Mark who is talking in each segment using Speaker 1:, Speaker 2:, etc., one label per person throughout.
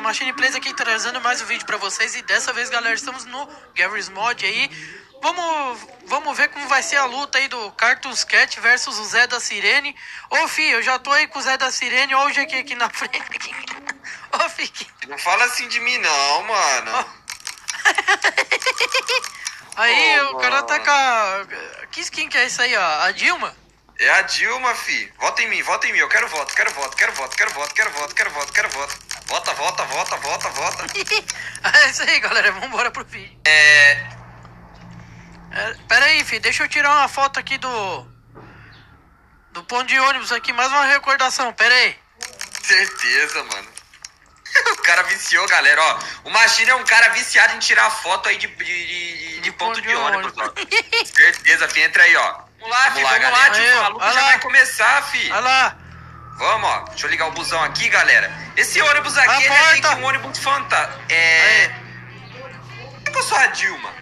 Speaker 1: Machine Plays aqui trazendo mais um vídeo pra vocês e dessa vez galera estamos no Garry's Mod aí Vamos, vamos ver como vai ser a luta aí do Cartoons Cat versus o Zé da Sirene Ô fi, eu já tô aí com o Zé da Sirene, ó o GQ aqui na frente Ô fi, que-
Speaker 2: Não fala assim de mim, não, mano.
Speaker 1: aí
Speaker 2: Ô,
Speaker 1: o cara
Speaker 2: mano.
Speaker 1: tá com a... Que skin que é isso aí, ó? A Dilma?
Speaker 2: É a Dilma, fi. Vota em mim, vota em mim. Eu quero voto, quero voto, quero voto, quero voto, quero voto, quero voto, quero voto. Vota, vota, vota, vota, vota.
Speaker 1: é isso aí galera, vambora pro vídeo
Speaker 2: É.
Speaker 1: É, pera aí, filho, deixa eu tirar uma foto aqui do. Do ponto de ônibus aqui, mais uma recordação, pera aí.
Speaker 2: Certeza, mano. O cara viciou, galera, ó. O Machine é um cara viciado em tirar foto aí de, de, de- de ponto de ônibus, ó. Certeza, fi. Entra aí, ó. Vamos lá, fi.
Speaker 1: lá,
Speaker 2: Vamos lá,
Speaker 1: galera.
Speaker 2: tio.
Speaker 1: Aí, ó.
Speaker 2: A luta
Speaker 1: Vai
Speaker 2: já
Speaker 1: lá.
Speaker 2: vai começar, fi.
Speaker 1: Olha lá,
Speaker 2: Vamos, ó. Deixa eu ligar o busão aqui, galera. Esse ônibus
Speaker 1: A
Speaker 2: aqui ele é meio que
Speaker 1: porta.
Speaker 2: um ônibus fantasma. É. Por que eu sou a Dilma?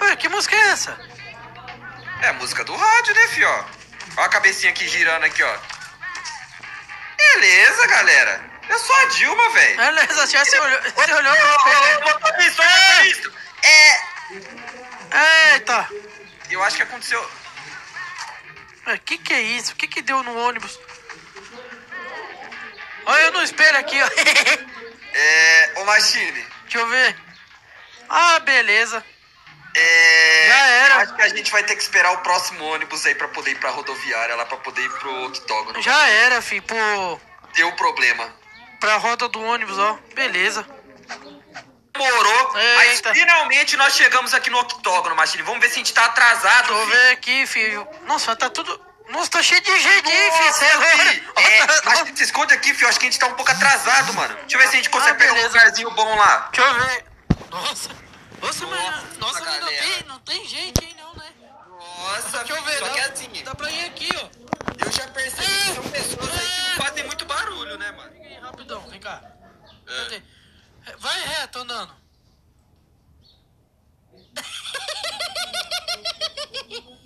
Speaker 1: Ué, que música é essa?
Speaker 2: É a música do rádio, né, fi, ó. Ó a cabecinha aqui girando aqui, ó. Beleza, galera. Eu sou a Dilma, velho.
Speaker 1: Beleza, já se olhou, se olhou no espelho.
Speaker 2: motorista, motorista. É.
Speaker 1: Eita,
Speaker 2: Eu acho que aconteceu.
Speaker 1: Ué, que que é isso? Que que deu no ônibus? Olha eu no espelho aqui, ó.
Speaker 2: É. Ô, Machine.
Speaker 1: Deixa eu ver. Ah, beleza.
Speaker 2: É.
Speaker 1: Já era.
Speaker 2: Eu acho que a gente vai ter que esperar o próximo ônibus aí pra poder ir pra rodoviária, lá pra poder ir pro octógono.
Speaker 1: Já era, fi, pro,
Speaker 2: Deu problema.
Speaker 1: pra roda do ônibus, ó. Beleza.
Speaker 2: Demorou, mas
Speaker 1: Eita.
Speaker 2: finalmente nós chegamos aqui no octógono, Machine. Vamos ver se a gente tá atrasado.
Speaker 1: Deixa eu
Speaker 2: filho.
Speaker 1: ver aqui, filho. Nossa, tá tudo. Nossa, tá cheio de gente aí, filho.
Speaker 2: Nossa,
Speaker 1: Cê é
Speaker 2: filho.
Speaker 1: louco.
Speaker 2: É,
Speaker 1: Nossa,
Speaker 2: acho que se esconde aqui, filho. Acho que a gente tá um pouco atrasado, mano. Deixa eu ver se a gente consegue
Speaker 1: Ah,
Speaker 2: pegar um
Speaker 1: beleza.
Speaker 2: lugarzinho bom lá.
Speaker 1: Deixa eu ver. Nossa. Nossa, mas.
Speaker 2: Nossa,
Speaker 1: Nossa, mas não
Speaker 2: galera.
Speaker 1: tem, não tem gente aí não, né?
Speaker 2: Nossa, assim,
Speaker 1: Deixa eu ver, dá, assim. dá pra ir aqui, ó.
Speaker 2: eu já percebi
Speaker 1: que são pessoas aí que não
Speaker 2: fazem muito barulho, né, mano? Ah,
Speaker 1: Vem aí, rapidão, vem cá. Cadê? Vai reto andando.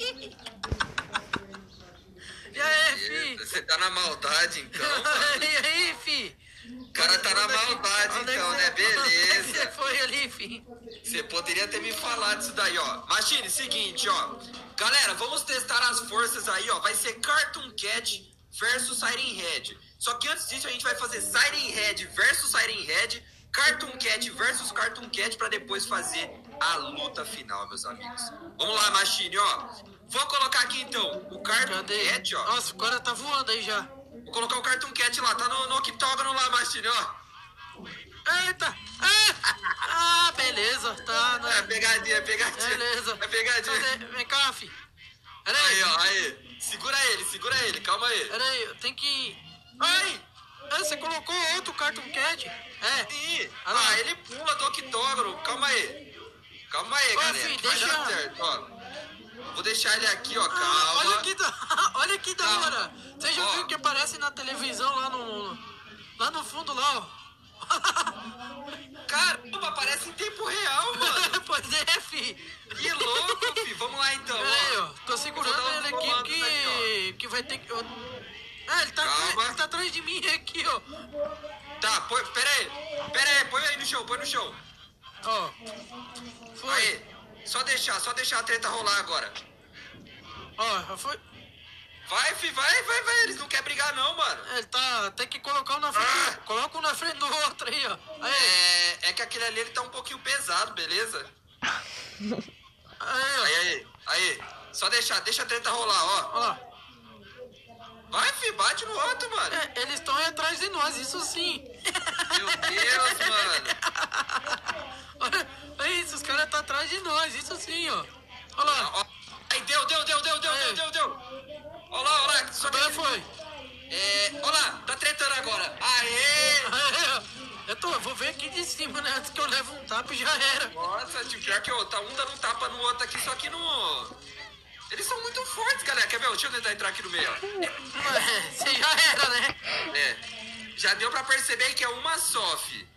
Speaker 1: E aí, fi?
Speaker 2: Você tá na maldade, então?
Speaker 1: E aí, fi?
Speaker 2: O cara tá na
Speaker 1: Onde é que-
Speaker 2: maldade,
Speaker 1: onde é que
Speaker 2: então,
Speaker 1: você- onde
Speaker 2: né?
Speaker 1: é que Você
Speaker 2: Beleza.
Speaker 1: foi ali, fi.
Speaker 2: Você poderia ter me falado isso daí, ó. Machine, seguinte, ó. Galera, vamos testar as forças aí, ó. Vai ser Cartoon Cat versus Siren Head. Só que antes disso a gente vai fazer Siren Head versus Siren Head, Cartoon Cat versus Cartoon Cat pra depois fazer a luta final, meus amigos. Vamos lá, Machine, ó. Vou colocar aqui então o Cartoon
Speaker 1: Cadê?
Speaker 2: Cat, ó.
Speaker 1: Nossa, o cara tá voando aí já.
Speaker 2: Vou colocar o Cartoon Cat lá, tá no, no octógono lá, Machine, ó.
Speaker 1: Eita! Ah, ah, beleza, tá.
Speaker 2: É
Speaker 1: Né?
Speaker 2: pegadinha, é pegadinha.
Speaker 1: Beleza.
Speaker 2: É pegadinha.
Speaker 1: Cadê? Vem cá, fi. Pera
Speaker 2: Aí,
Speaker 1: aí,
Speaker 2: ó, aí. Segura ele, segura ele, calma aí. É,
Speaker 1: pera aí, eu tenho que.
Speaker 2: Ai!
Speaker 1: Ah, você colocou outro Cartoon Cat? É.
Speaker 2: Ih!
Speaker 1: Ah, não.
Speaker 2: Ah, ele pula do octógono, calma aí. Calma aí,
Speaker 1: Ô,
Speaker 2: galera.
Speaker 1: filho,
Speaker 2: que vai dar
Speaker 1: deixa-
Speaker 2: certo, ó. Vou deixar ele aqui, ó,
Speaker 1: Ah,
Speaker 2: calma.
Speaker 1: olha que da, olha que da
Speaker 2: Calma.
Speaker 1: hora. Você já
Speaker 2: Ó.
Speaker 1: viu que aparece na televisão lá no. Lá no fundo lá, ó.
Speaker 2: Caramba, parece em tempo real, mano.
Speaker 1: pois é, fi.
Speaker 2: Que louco, fi. Vamos lá então,
Speaker 1: Pera aí,
Speaker 2: ó.
Speaker 1: ó. Tô segurando
Speaker 2: Eu vou dar uns
Speaker 1: ele aqui
Speaker 2: comandos
Speaker 1: que.
Speaker 2: aqui,
Speaker 1: que vai ter que. eu- Ah, ele tá,
Speaker 2: Calma.
Speaker 1: ele tá atrás de mim aqui, ó.
Speaker 2: Tá, põe, pera aí. Pera aí, põe aí no chão, põe no chão.
Speaker 1: Ó. Foi.
Speaker 2: Aí. Só deixar, só deixar a treta rolar agora.
Speaker 1: Ó, foi.
Speaker 2: Vai, fi, vai, vai, vai. Eles não querem brigar, não, mano.
Speaker 1: Ele tá. Tem que colocar um na frente.
Speaker 2: Ah.
Speaker 1: Coloca um na frente do outro aí, ó. Aí.
Speaker 2: É, é que aquele ali ele tá um pouquinho pesado, beleza? Ah,
Speaker 1: Aí, ó.
Speaker 2: Aí, aí, aí. Só deixar, deixa a treta rolar, ó.
Speaker 1: Ó lá.
Speaker 2: Vai, fi, bate no outro, mano.
Speaker 1: É, eles estão atrás de nós, isso sim.
Speaker 2: Meu Deus, mano.
Speaker 1: Olha, é isso, os caras tá atrás de nós, isso sim, ó. Olha lá,
Speaker 2: Ó. Aí, deu, deu, deu, deu, deu,
Speaker 1: Aí.
Speaker 2: deu, deu, deu. Ó lá, ó lá. Só que...
Speaker 1: agora foi.
Speaker 2: É, ó lá, tá tretando agora. Aê!
Speaker 1: Eu tô, eu vou ver aqui de cima, né? Antes que eu levo um tapa e já era.
Speaker 2: Nossa, tio, pior que eu, tá um dando um tapa no outro aqui, só que no... Eles são muito fortes, galera. Quer ver? Deixa eu tentar entrar aqui no meio, ó.
Speaker 1: Ué, Você já era, né?
Speaker 2: É. Já deu pra perceber que é uma só, fi.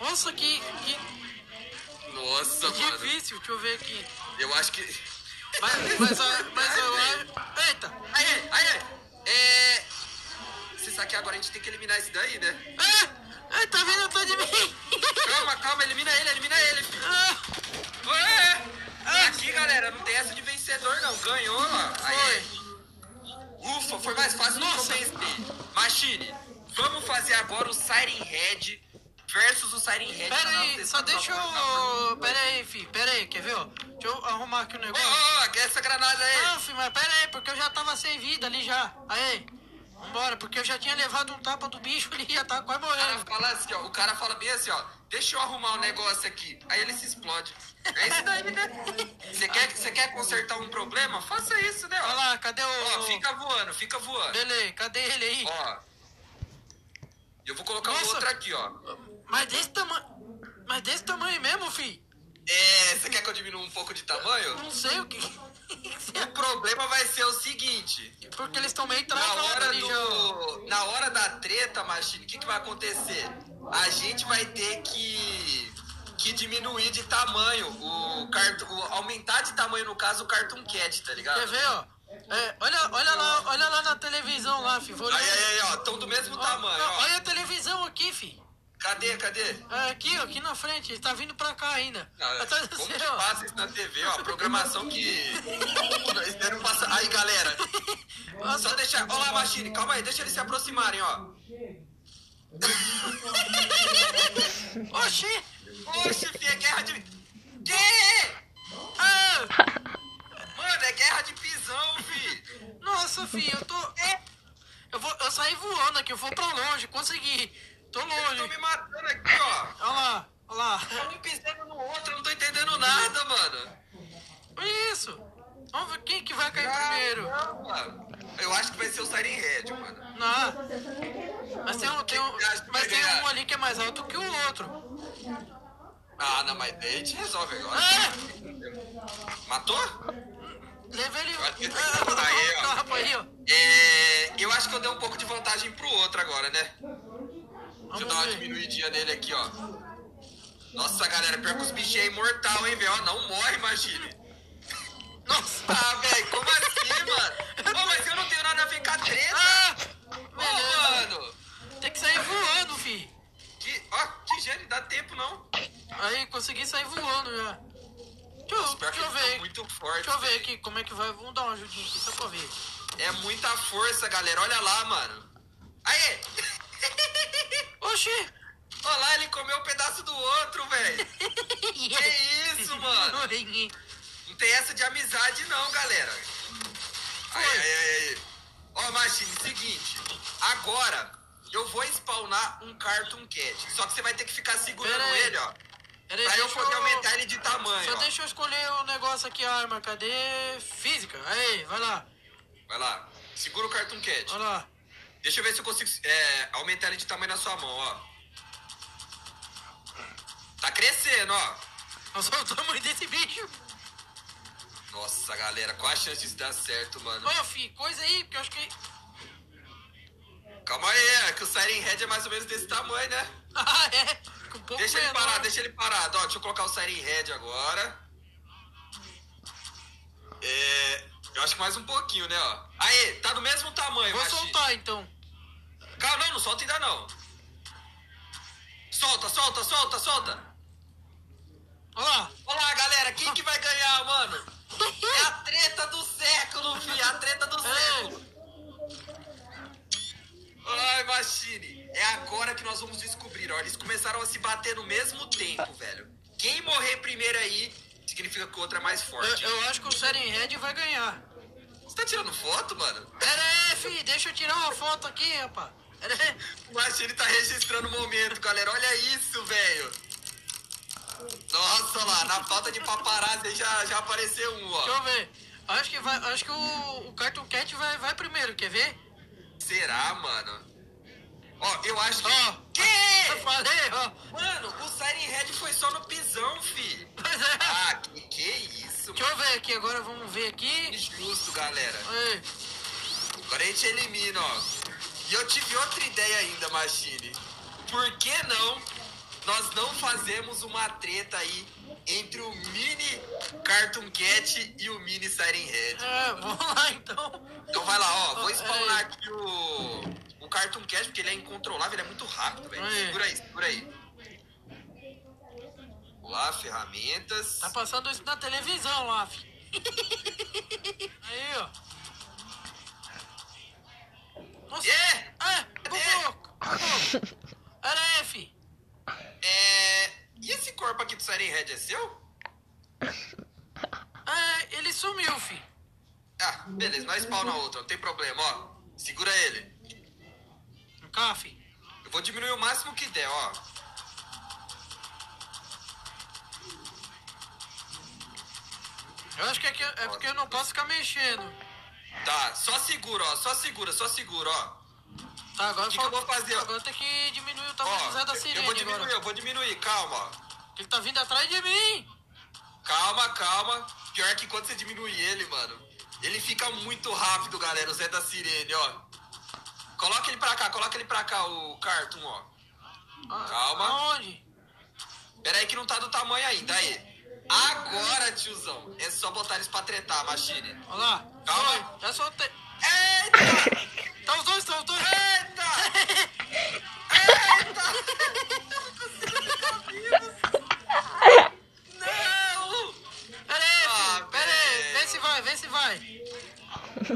Speaker 1: Nossa, que, que
Speaker 2: Nossa, mano.
Speaker 1: difícil, deixa eu ver aqui.
Speaker 2: Eu acho que.
Speaker 1: Mas, mas, ó, mas ah, eu acho. Eita!
Speaker 2: Aê, aê! É. Você sabe que agora a gente tem que eliminar esse daí, né?
Speaker 1: É, eita, Ah,
Speaker 2: Ganhou, ó. Aí. Ufa, foi mais fácil do que eu
Speaker 1: Nossa.
Speaker 2: pensei. Machine, vamos fazer agora o Siren Head versus o Siren Head.
Speaker 1: Pera
Speaker 2: na
Speaker 1: aí,
Speaker 2: nossa
Speaker 1: só deixa
Speaker 2: edição da-
Speaker 1: eu. Pera aí, fi, pera aí, quer ver, ó? Deixa eu arrumar aqui o
Speaker 2: Ô,
Speaker 1: negócio.
Speaker 2: ô, ô, essa granada aí.
Speaker 1: Não, filho, mas pera aí, porque eu já tava sem vida ali já. Aí, vambora, porque eu já tinha levado um tapa do bicho ali e já tava quase
Speaker 2: O cara
Speaker 1: morrendo.
Speaker 2: fala assim, ó. O cara fala bem assim, ó. Deixa eu arrumar um negócio aqui. Aí ele se explode. É isso daí, né? Você quer, você quer consertar um problema? Faça isso, né?
Speaker 1: Olha
Speaker 2: Ó,
Speaker 1: lá, cadê o.
Speaker 2: ó fica voando, fica voando.
Speaker 1: Beleza, cadê ele aí?
Speaker 2: Ó. Eu vou colocar
Speaker 1: Nossa.
Speaker 2: o outro aqui, ó.
Speaker 1: Mas desse tamanho. Mas desse tamanho mesmo, fi.
Speaker 2: É, você quer que eu diminua um pouco de tamanho?
Speaker 1: Não sei o que.
Speaker 2: O problema vai ser o seguinte.
Speaker 1: Porque eles estão meio
Speaker 2: Na
Speaker 1: travados
Speaker 2: hora,
Speaker 1: ali, já.
Speaker 2: do, na hora da treta, Machine, o que, que vai acontecer? A gente vai ter que, que diminuir de tamanho o cartão. Aumentar de tamanho, no caso, o Cartoon Cat, tá
Speaker 1: Quer
Speaker 2: ligado?
Speaker 1: ver, ó? É, olha, olha lá, olha lá na televisão lá, fi. Vou
Speaker 2: Aí, aí, aí, ó, estão do mesmo
Speaker 1: Ó,
Speaker 2: tamanho,
Speaker 1: ó,
Speaker 2: ó.
Speaker 1: Olha a televisão aqui, fi.
Speaker 2: Cadê, cadê?
Speaker 1: É, Aqui, ó, aqui na frente, ele tá vindo pra cá ainda.
Speaker 2: Ah,
Speaker 1: Atrás do
Speaker 2: Como que
Speaker 1: seu, assim, ó.
Speaker 2: passa isso na TV, ó? Programação que. que nós não passa. Aí, galera.
Speaker 1: Nossa,
Speaker 2: Só deixar. Olha lá, Machine, calma aí, deixa eles se aproximarem, ó.
Speaker 1: Oxi!
Speaker 2: Oxe, fi, é guerra de. Que?
Speaker 1: Ah,
Speaker 2: Mano, é guerra de pisão, fi.
Speaker 1: nossa, fi, eu tô. é, Eu, vou, eu saí voando aqui, eu vou pra longe, consegui. Tô
Speaker 2: Eles tão
Speaker 1: longe.
Speaker 2: me matando aqui, ó.
Speaker 1: Olha lá, olha lá.
Speaker 2: Um pisando no outro, eu não tô entendendo nada, mano.
Speaker 1: Olha isso. Vamos ver quem que vai cair primeiro.
Speaker 2: Caramba. Eu acho que vai ser o Siren Red, mano.
Speaker 1: Não. Mas tem um, tem um, mas tem um ali que é mais alto que o outro.
Speaker 2: Ah, não, mas daí a gente resolve agora.
Speaker 1: Ah,
Speaker 2: Matou?
Speaker 1: leva ele.
Speaker 2: Acho que tem que
Speaker 1: Ah,
Speaker 2: botar aí, ó.
Speaker 1: o capa aí, ó.
Speaker 2: É, eu acho que eu dei um pouco de vantagem pro outro agora, né? Deixa eu dar uma
Speaker 1: Vamos ver.
Speaker 2: diminuidinha nele aqui, ó. Nossa, galera, pior que os bichos é imortal, hein, velho? Ó, Não morre, Machine.
Speaker 1: Nossa.
Speaker 2: Ah, velho, como assim, mano? Ô, mas eu não tenho nada a ver com a treta.
Speaker 1: Ah,
Speaker 2: Ô,
Speaker 1: beleza.
Speaker 2: mano.
Speaker 1: Tem que sair voando, fi.
Speaker 2: Que, ó, que gênio, dá tempo não.
Speaker 1: Aí, consegui sair voando já. Deixa eu,
Speaker 2: Pior
Speaker 1: deixa
Speaker 2: que
Speaker 1: eu
Speaker 2: eles
Speaker 1: ver.
Speaker 2: são muito fortes.
Speaker 1: Deixa eu ver aqui como é que vai. Vamos dar uma ajudinha aqui, só pra ver.
Speaker 2: É muita força, galera. Olha lá, mano. Aê!
Speaker 1: Oxi!
Speaker 2: Olha lá, ele comeu um pedaço do outro, velho. Que isso, mano? Não tem essa de amizade, não, galera. Ai, ai, ai, ai. Ó, Machine, seguinte. Agora, eu vou spawnar um Cartoon Cat. Só que você vai ter que ficar segurando
Speaker 1: Pera aí.
Speaker 2: ele, ó.
Speaker 1: Pera aí,
Speaker 2: Pra eu
Speaker 1: deixa
Speaker 2: poder aumentar ele de tamanho,
Speaker 1: Só
Speaker 2: ó.
Speaker 1: deixa eu escolher o negócio aqui, a arma. Cadê? Física. Aí, vai lá.
Speaker 2: Vai lá. Segura o Cartoon Cat.
Speaker 1: Olha lá.
Speaker 2: Deixa eu ver se eu consigo é, aumentar ele de tamanho na sua mão, ó. Tá crescendo, ó.
Speaker 1: Nossa, o tamanho desse bicho.
Speaker 2: Nossa, galera, qual a chance disso dar certo, mano?
Speaker 1: Ô, fi, coisa aí, porque eu acho que.
Speaker 2: Calma aí, é que o Siren Head é mais ou menos desse tamanho, né?
Speaker 1: Ah, é. Fica um pouco
Speaker 2: Deixa ele
Speaker 1: menor.
Speaker 2: parado, deixa ele parado. Ó, deixa eu colocar o Siren Head agora. É. Eu acho que mais um pouquinho, né, ó. Aê, tá do mesmo tamanho,
Speaker 1: Vou
Speaker 2: Machine.
Speaker 1: soltar então.
Speaker 2: Calma, não, não solta ainda não. Solta, solta, solta, solta.
Speaker 1: Olha lá.
Speaker 2: Olá, galera, quem que vai ganhar, mano? É a treta do século, fi, a treta do século. Ai, Machine, é agora que nós vamos descobrir. Ó, eles começaram a se bater no mesmo tempo, velho. Quem morrer primeiro aí significa que o outro é mais
Speaker 1: Eu,
Speaker 2: forte.
Speaker 1: eu acho que o Seren Red vai ganhar.
Speaker 2: Você tá tirando foto, mano?
Speaker 1: Pera aí, fi, deixa eu tirar uma foto aqui, rapaz. Pera aí.
Speaker 2: O Machine tá registrando o momento, galera. Olha isso, velho. Nossa olha lá, na falta de paparazzi aí já, já apareceu um,
Speaker 1: Deixa
Speaker 2: ó.
Speaker 1: eu ver. Acho que, vai, acho que o, o Cartoon Cat vai, vai primeiro, quer ver?
Speaker 2: Será, mano? Ó, eu acho que.
Speaker 1: Ó. Eu
Speaker 2: Que?
Speaker 1: falei, ó.
Speaker 2: Mano, o Siren Head foi só no pisão, fi.
Speaker 1: Pois é.
Speaker 2: Ah, que, que isso,
Speaker 1: Deixa
Speaker 2: mano.
Speaker 1: eu ver aqui agora, vamos ver aqui.
Speaker 2: Injusto, galera.
Speaker 1: Aí.
Speaker 2: Agora a gente elimina, ó. E eu tive outra ideia ainda, Machine. Por que não nós não fazemos uma treta aí entre o mini Cartoon Cat e o mini Siren Head?
Speaker 1: É, vamos lá então.
Speaker 2: Então vai lá, ó. Vou
Speaker 1: Ah,
Speaker 2: spawnar
Speaker 1: é.
Speaker 2: aqui o, o Cartoon Cat, porque ele é incontrolável, ele é muito rápido, velho.
Speaker 1: É.
Speaker 2: Segura aí, segura aí. Vamos lá, ferramentas.
Speaker 1: Tá passando isso na televisão lá, fi. Aí, ó. Nossa.
Speaker 2: É!
Speaker 1: Ah, bugou. Bugou. Era F.
Speaker 2: É. E esse corpo aqui do Siren Head é seu?
Speaker 1: Ah, ele sumiu, fi.
Speaker 2: Ah, beleza, nós pau na outra, não tem problema, ó. Segura ele.
Speaker 1: Cá, fi.
Speaker 2: Eu vou diminuir o máximo que der, ó.
Speaker 1: Eu acho que é, que é porque eu não posso ficar mexendo.
Speaker 2: Tá, só segura, ó, só segura, só segura, ó.
Speaker 1: Tá, agora
Speaker 2: O que que
Speaker 1: falta-
Speaker 2: eu vou fazer, ó?
Speaker 1: Agora tem que diminuir o tamanho do Zé da
Speaker 2: Ó, eu
Speaker 1: Sirene
Speaker 2: vou diminuir,
Speaker 1: agora.
Speaker 2: eu vou diminuir, calma, ó.
Speaker 1: Ele tá vindo atrás de mim.
Speaker 2: Calma, calma. Pior que quando você diminui ele, mano, ele fica muito rápido, galera, o Zé da Sirene, ó. Coloca ele pra cá, coloca ele pra cá, o Cartoon, ó.
Speaker 1: Ah,
Speaker 2: Calma.
Speaker 1: Aonde?
Speaker 2: Pera aí que não tá do tamanho ainda, aí. Agora, tiozão, é só botar eles pra tretar, Machine.
Speaker 1: Olha lá.
Speaker 2: Calma.
Speaker 1: Foi, Já soltei.
Speaker 2: Eita!
Speaker 1: Tá os dois, tá os dois.
Speaker 2: Eita! Não!
Speaker 1: Pera aí,
Speaker 2: Ah,
Speaker 1: filho. Pera aí.
Speaker 2: velho.
Speaker 1: Vê se vai, vê se vai.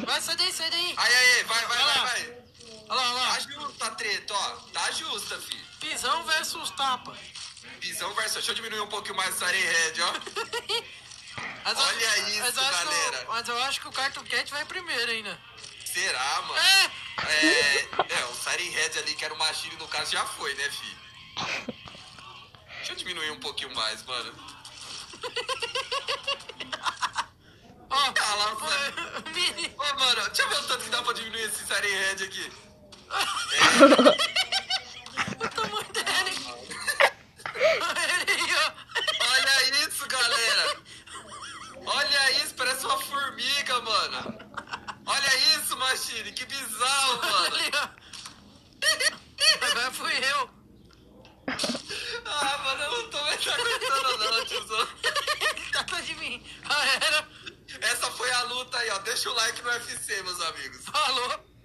Speaker 1: Vai, sai daí, sai daí.
Speaker 2: Aí, aí, vai, vai, vai, vai.
Speaker 1: Olha lá, olha
Speaker 2: Tá
Speaker 1: lá.
Speaker 2: justa a treta, ó. Tá justa, fi.
Speaker 1: Pisão versus tapa.
Speaker 2: Visão versus. Deixa eu diminuir um pouquinho mais o Sarei Red, ó.
Speaker 1: Mas eu-
Speaker 2: Olha isso,
Speaker 1: eu acho que o-
Speaker 2: galera.
Speaker 1: mas eu acho que o Cartoon Cat vai primeiro ainda.
Speaker 2: Será, mano?
Speaker 1: É!
Speaker 2: É, é, o Siren Head ali, que era o Machine, no caso, já foi, né, fi? Deixa eu diminuir um pouquinho mais, mano.
Speaker 1: Ó,
Speaker 2: Tá lá, mano.
Speaker 1: foi- Mini.
Speaker 2: Ô, mano, deixa eu ver o tanto que dá pra diminuir esse Siren Head aqui.
Speaker 1: o tamanho dele. Ele aí, ó.
Speaker 2: Olha isso, galera! Olha isso, parece uma formiga, mano! Olha isso, Machine, que bizarro, mano!
Speaker 1: Ele, ó. Agora fui eu.
Speaker 2: Ah, mano, eu não tô mais aguentando não, tiozão.
Speaker 1: Ele tá atrás de mim. Já era.
Speaker 2: Essa foi a luta aí, ó. Deixa o like no UFC, meus amigos.
Speaker 1: Falou.